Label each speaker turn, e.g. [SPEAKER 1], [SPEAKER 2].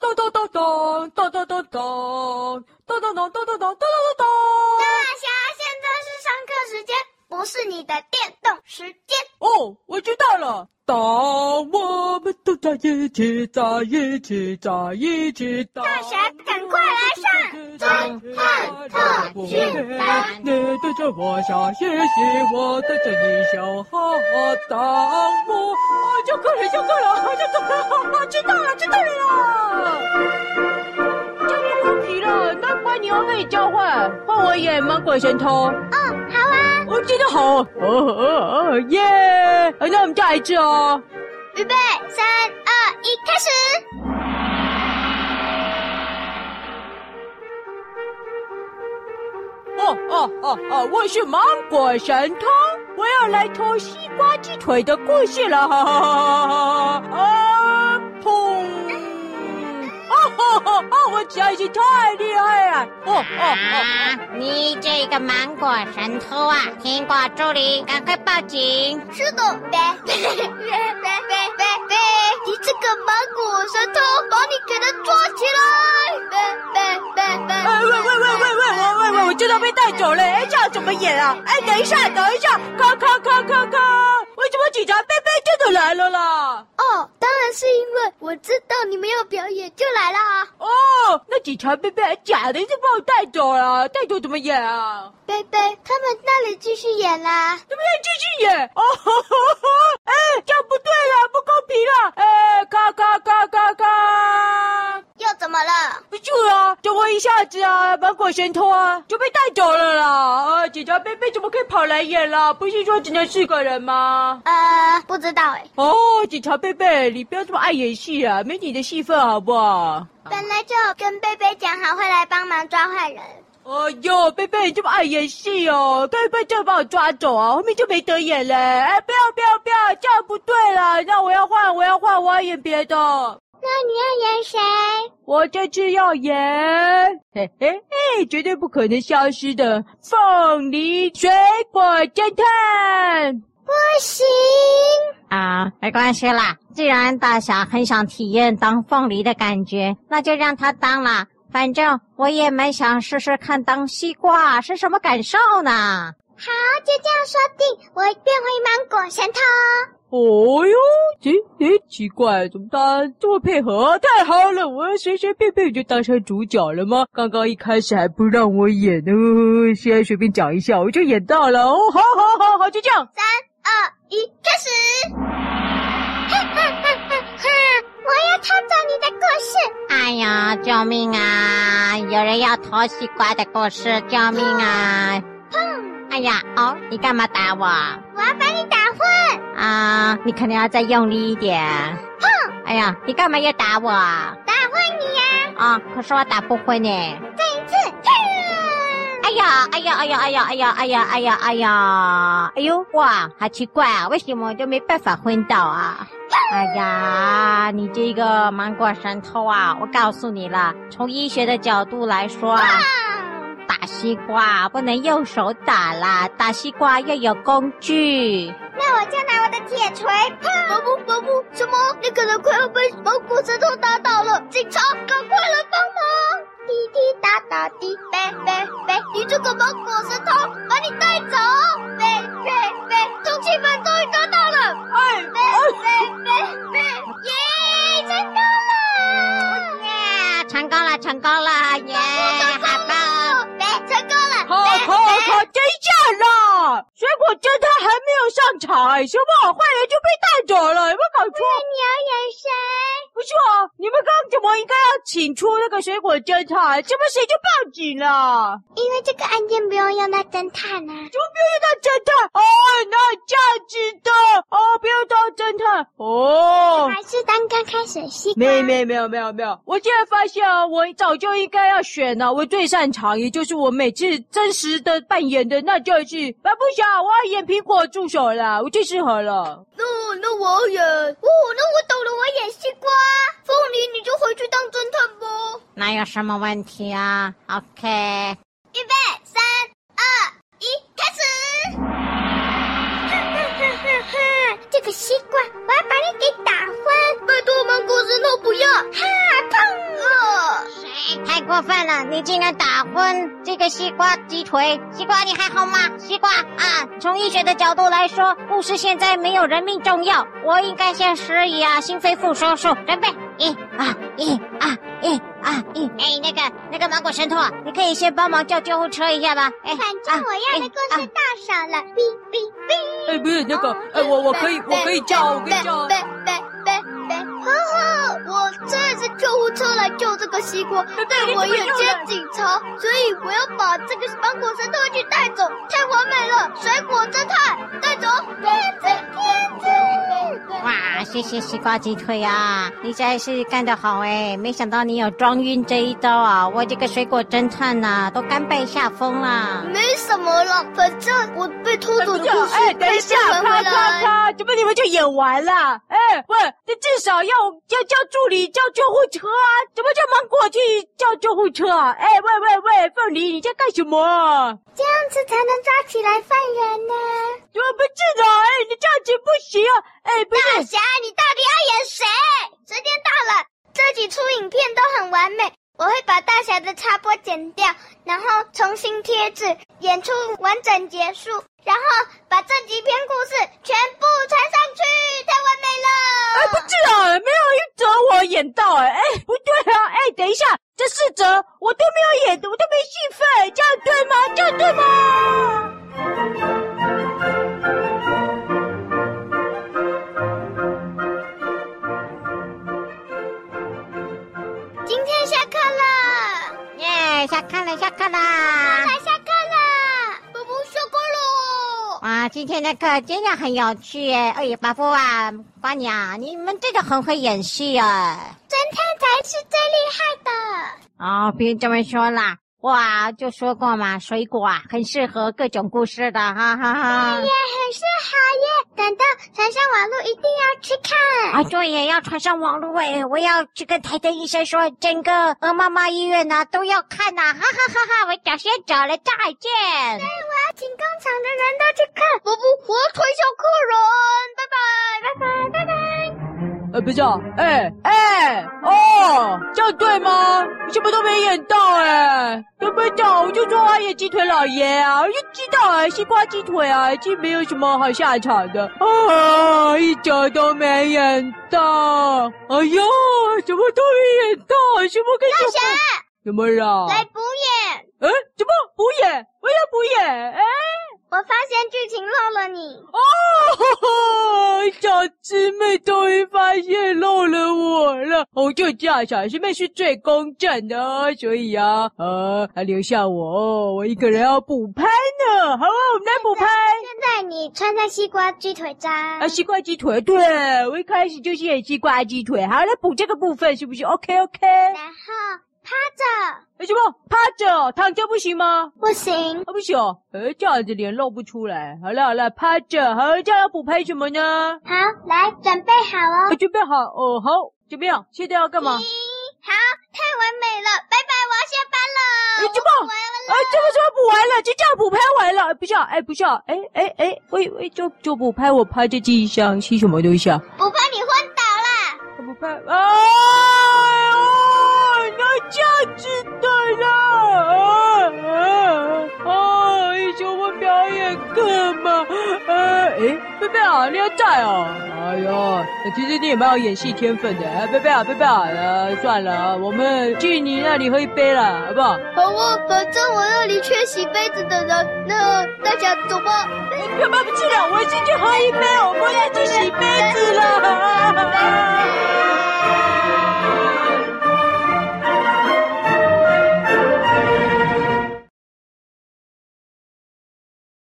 [SPEAKER 1] 咚咚咚咚咚咚咚咚咚咚咚咚咚咚咚。
[SPEAKER 2] 大侠，现在是上课时间，不是你的电动时间。
[SPEAKER 1] 哦，我知道了。当我们都在一起，在一起，在一起。
[SPEAKER 2] 大
[SPEAKER 1] 大
[SPEAKER 2] 侠赶快来上
[SPEAKER 1] 侦
[SPEAKER 2] 探特训班
[SPEAKER 1] 你对着我笑嘻嘻，我对着你笑哈哈。当我啊，下课了，下课了，下课了，哈哈，知道了，知道了啦。
[SPEAKER 3] 教练来不及了，那怪你要被交换，换我演芒果神偷。
[SPEAKER 2] 嗯，好啊，
[SPEAKER 3] 我真的好，哦哦哦耶！那我们再来一次哦。
[SPEAKER 2] 预备，三二一，开始。
[SPEAKER 3] 哦哦哦哦，我是芒果神偷，我要来偷西瓜鸡腿的故事了，哈哈哈哈哈哈！啊，砰！哦吼吼哦，我实在是太厉害了！哦哦哦！
[SPEAKER 4] 啊！你这个芒果神偷啊！苹果助理，赶快报警！
[SPEAKER 2] 是的， 呗呗呗呗呗呗，你这个芒果神偷，把你给他抓起来！呗呗呗呗。
[SPEAKER 3] 哎喂喂喂喂喂喂喂喂，我真的被带走了！哎，这样怎么演啊？哎，等一下，等一下，咔咔咔咔咔！为什么警察贝贝真的来了啦？
[SPEAKER 2] 哦，当然是因为我知道你们要表演，就来啊啦。
[SPEAKER 3] 哦，那警察贝贝还假的，就把我带走了，带走怎么演啊？
[SPEAKER 2] 贝贝，他们那里继续演啦。
[SPEAKER 3] 怎么又继续演？哦 吼吼吼！哎，这样不对了，不公平了！哎，咔咔咔咔咔！
[SPEAKER 2] 又怎么了？
[SPEAKER 3] 不住啊，怎么一下子啊，芒果神偷啊就被带走了啦！啊，警察贝贝怎么可以跑来演啦？不是说只能四个人吗？
[SPEAKER 2] 呃，不知道哎，
[SPEAKER 3] 哦，警察贝贝，你不要这么爱演戏啊，没你的戏份好不好？
[SPEAKER 2] 本来就跟贝贝讲好会来帮忙抓坏人。
[SPEAKER 3] 哦哟，贝贝你这么爱演戏哦，该不会就把我抓走啊？后面就没得演嘞！哎，不要不要不要，这样不对啦！那我要换，我要换，我要演别的。
[SPEAKER 2] 那你要演谁？
[SPEAKER 3] 我这次要演，嘿嘿嘿，绝对不可能消失的凤梨水果侦探。
[SPEAKER 2] 不行，
[SPEAKER 4] 啊，没关系啦，既然大侠很想体验当凤梨的感觉，那就让他当啦。反正我也蛮想试试看当西瓜是什么感受呢。
[SPEAKER 2] 好，就这样说定，我变回芒果神偷。
[SPEAKER 3] 哦哟，诶诶，奇怪，怎么大家这么配合？太好了，我随随便便就当上主角了吗？刚刚一开始还不让我演呢、呃现在随便讲一下我就演到了。哦，好好好好，就这样。
[SPEAKER 2] 三二一，开始！哈哈哈哈哈！我要偷走你的故事，
[SPEAKER 4] 哎呀，救命啊！有人要偷西瓜的故事，救命啊！
[SPEAKER 2] 砰！
[SPEAKER 4] 哎呀，哦，你干嘛打我？
[SPEAKER 2] 我要把你打昏，
[SPEAKER 4] 啊、你可能要再用力一点。
[SPEAKER 2] 砰！
[SPEAKER 4] 哎呀，你干嘛要打我？啊、
[SPEAKER 2] 打昏你呀、
[SPEAKER 4] 可是我打不昏呢。
[SPEAKER 2] 再一次，哼
[SPEAKER 4] 哎呀，哎呀，哎呀，哎呀，哎呀，哎呀，哎呀，哎呀，哎呦，哇，好奇怪啊，为什么我就没办法昏倒啊？哎呀，你这个芒果神偷啊！我告诉你了，从医学的角度来说啊，
[SPEAKER 2] 砰！
[SPEAKER 4] 打西瓜不能用手打啦，打西瓜要有工具。
[SPEAKER 2] 那我就拿我的铁锤，砰！伯布，伯布，什么？那个人快要被蒙古神偷打倒了，警察，赶快来帮忙！滴滴答答滴，呗呗呗，你这个芒果神偷，把你带走！呗呗呗，通缉犯终于抓到了！
[SPEAKER 3] 哎
[SPEAKER 2] 耶！成功了！
[SPEAKER 4] 耶，哎成功了，成功了，耶，好棒！哦
[SPEAKER 2] 耶！成功了！
[SPEAKER 3] 好好好，真相啦！水果侦探还没有上场，哎，什么坏人就被带走了？有没有搞错？
[SPEAKER 2] 你要演谁？
[SPEAKER 3] 不是啊，你们刚刚怎么应该要请出那个水果侦探？怎么谁就报警了？
[SPEAKER 2] 因为这个案件不用用到侦探啊。
[SPEAKER 3] 就不要当侦探哦，那这样子的哦，不要当侦探哦。
[SPEAKER 2] 还是当刚开始的西瓜。
[SPEAKER 3] 没有没有没有没有没有，我现在发现啊，我早就应该要选了、我最擅长，也就是我每次真实的扮演的，那就是啊，不想我要演苹果助手啦，我最适合了。
[SPEAKER 2] 那那我演哦，那我懂了，我演西瓜。凤梨，你就回去当侦探吧。
[SPEAKER 4] 那有什么问题啊？OK，
[SPEAKER 2] 预备，三二一，开始！哈哈哈哈！ 这个西瓜，我要把你给打昏！拜托，芒果神偷不要！哈，痛！啊，
[SPEAKER 4] 过分了！你竟然打昏这个西瓜鸡腿！西瓜，你还好吗？西瓜啊，从医学的角度来说，故事现在没有人命重要，我应该先施以啊心肺复苏术，准备一啊一啊一啊一！哎，那个那个芒果神偷啊，你可以先帮忙叫救护车一下吗？哎，
[SPEAKER 2] 反
[SPEAKER 3] 啊
[SPEAKER 2] 正我要的故事到手了，哔哔哔。
[SPEAKER 3] 哎，不是哎那个，哎，我我
[SPEAKER 2] 哦
[SPEAKER 3] 可以，我可以叫，我可以叫
[SPEAKER 2] 对。对对对，呵呵，哦我真的是救护车来救这个西 瓜，但我也接警察，所以我要把这个芒果神偷去带走，太完美了！水果侦探带走，骗子骗子！
[SPEAKER 4] 哇，谢谢西瓜鸡腿啊！你真是干得好哎！没想到你有装晕这一招啊！我这个水果侦探呐、都甘拜下风啦！
[SPEAKER 2] 没什么了，反正我被偷走的故事
[SPEAKER 5] 哎，等一下，
[SPEAKER 2] 还
[SPEAKER 5] 啪
[SPEAKER 2] 回
[SPEAKER 5] 啪
[SPEAKER 2] 来。
[SPEAKER 5] 啪，怎么你们就演完了？哎，喂，这至少要要叫助理叫救护车啊！怎么叫芒果去叫救护车啊？哎，喂喂喂，凤梨，你在干什么啊？
[SPEAKER 2] 这样子才能抓起来犯人呢、
[SPEAKER 5] 怎么不知道？哎，你这样子不行啊！哎，不
[SPEAKER 2] 大
[SPEAKER 5] 是，
[SPEAKER 2] 侠，你到底要演谁？时间到了，这几出影片都很完美，我会把大侠的插播剪掉，然后重新贴纸，演出完整结束，然后把这几篇故事全部传上去，太完
[SPEAKER 5] 哎，
[SPEAKER 2] 美
[SPEAKER 5] 不
[SPEAKER 2] 了！
[SPEAKER 5] 知道，没有一折我演到哎，哎，不对啊！哎，等一下，这四折我都没有演，我都没戏份，这样对吗？这样对吗？
[SPEAKER 2] 今天下课了，
[SPEAKER 4] 耶，下课了，下课啦！
[SPEAKER 2] 快下课了，布布说过喽。
[SPEAKER 4] 哇，今天的课真的很有趣耶！哎，巴布啊，瓜娘，你们真的很会演戏啊！
[SPEAKER 2] 侦探才是最厉害的。
[SPEAKER 4] 哦，别这么说啦，哇，就说过嘛，水果啊，很适合各种故事的，哈哈哈。
[SPEAKER 2] 也很是好耶！等到传上网络，一定要去看。
[SPEAKER 4] 啊，对耶，要传上网络哎！我要去跟台的医生说，整个鹅妈妈医院呐、都要看呐、哈哈哈哈！我早先走了，再见。
[SPEAKER 2] 请工厂的人都去看，我不活推销客人，拜拜拜拜拜拜。
[SPEAKER 3] 哎，不是啊，哎哎哦，这样对吗？你什么都没演到哎，对不对？我就说我演鸡腿老爷啊，我就知道啊，西瓜鸡腿啊，已经没有什么好下场的啊，一折都没演到。哎呦，什么都没演到，什么跟什么？怎么了？
[SPEAKER 2] 来补演，
[SPEAKER 3] 哎，怎么不演？我要不演？哎。
[SPEAKER 2] 我发现剧情漏了你。
[SPEAKER 3] 哦， 小师妹终于发现漏了我了。我就知道小师妹是最公正的哦，所以啊，呃，还留下我哦，我一个人要补拍呢。好啊，我们来补拍。
[SPEAKER 2] 现在你穿上西瓜鸡腿章，
[SPEAKER 3] 啊，西瓜鸡腿，对我一开始就是演西瓜鸡腿，好来补这个部分是不是？OK OK。
[SPEAKER 2] 然后趴着，
[SPEAKER 3] 哎，什么趴着躺着不行吗？
[SPEAKER 2] 不行，
[SPEAKER 3] 啊，不行哦，呃，这样子脸露不出来。好了好了，趴着，好，这样要补拍什么呢？
[SPEAKER 2] 好，来准备好
[SPEAKER 3] 啊，
[SPEAKER 2] 哦。
[SPEAKER 3] 准备好哦，好，怎么样？现在要干嘛？
[SPEAKER 2] 好，太完美了，拜拜，我要下班了。
[SPEAKER 3] 哎这不
[SPEAKER 2] 我完
[SPEAKER 3] 啊，
[SPEAKER 2] 了，
[SPEAKER 3] 这个怎么补完了？就这样补拍完了？不是啊，哎，不是啊，哎哎哎，喂喂，就就补拍，我拍这地上是什么东西啊？
[SPEAKER 2] 我怕你昏倒啦。
[SPEAKER 3] 我不拍，啊、哎呦，那这样子的啦，啊啊啊！求我表演课嘛，呃，哎，贝贝啊，你要在哦？哎呦，其实你也蛮有演戏天分的，哎贝贝啊，贝贝啊，呃，算了啊，我们去你那里喝一杯啦，好不好？
[SPEAKER 2] 好哦，反正我那里缺洗杯子的人，那大家走吧。
[SPEAKER 3] 干嘛不去了？我先去喝一杯，我回来继续。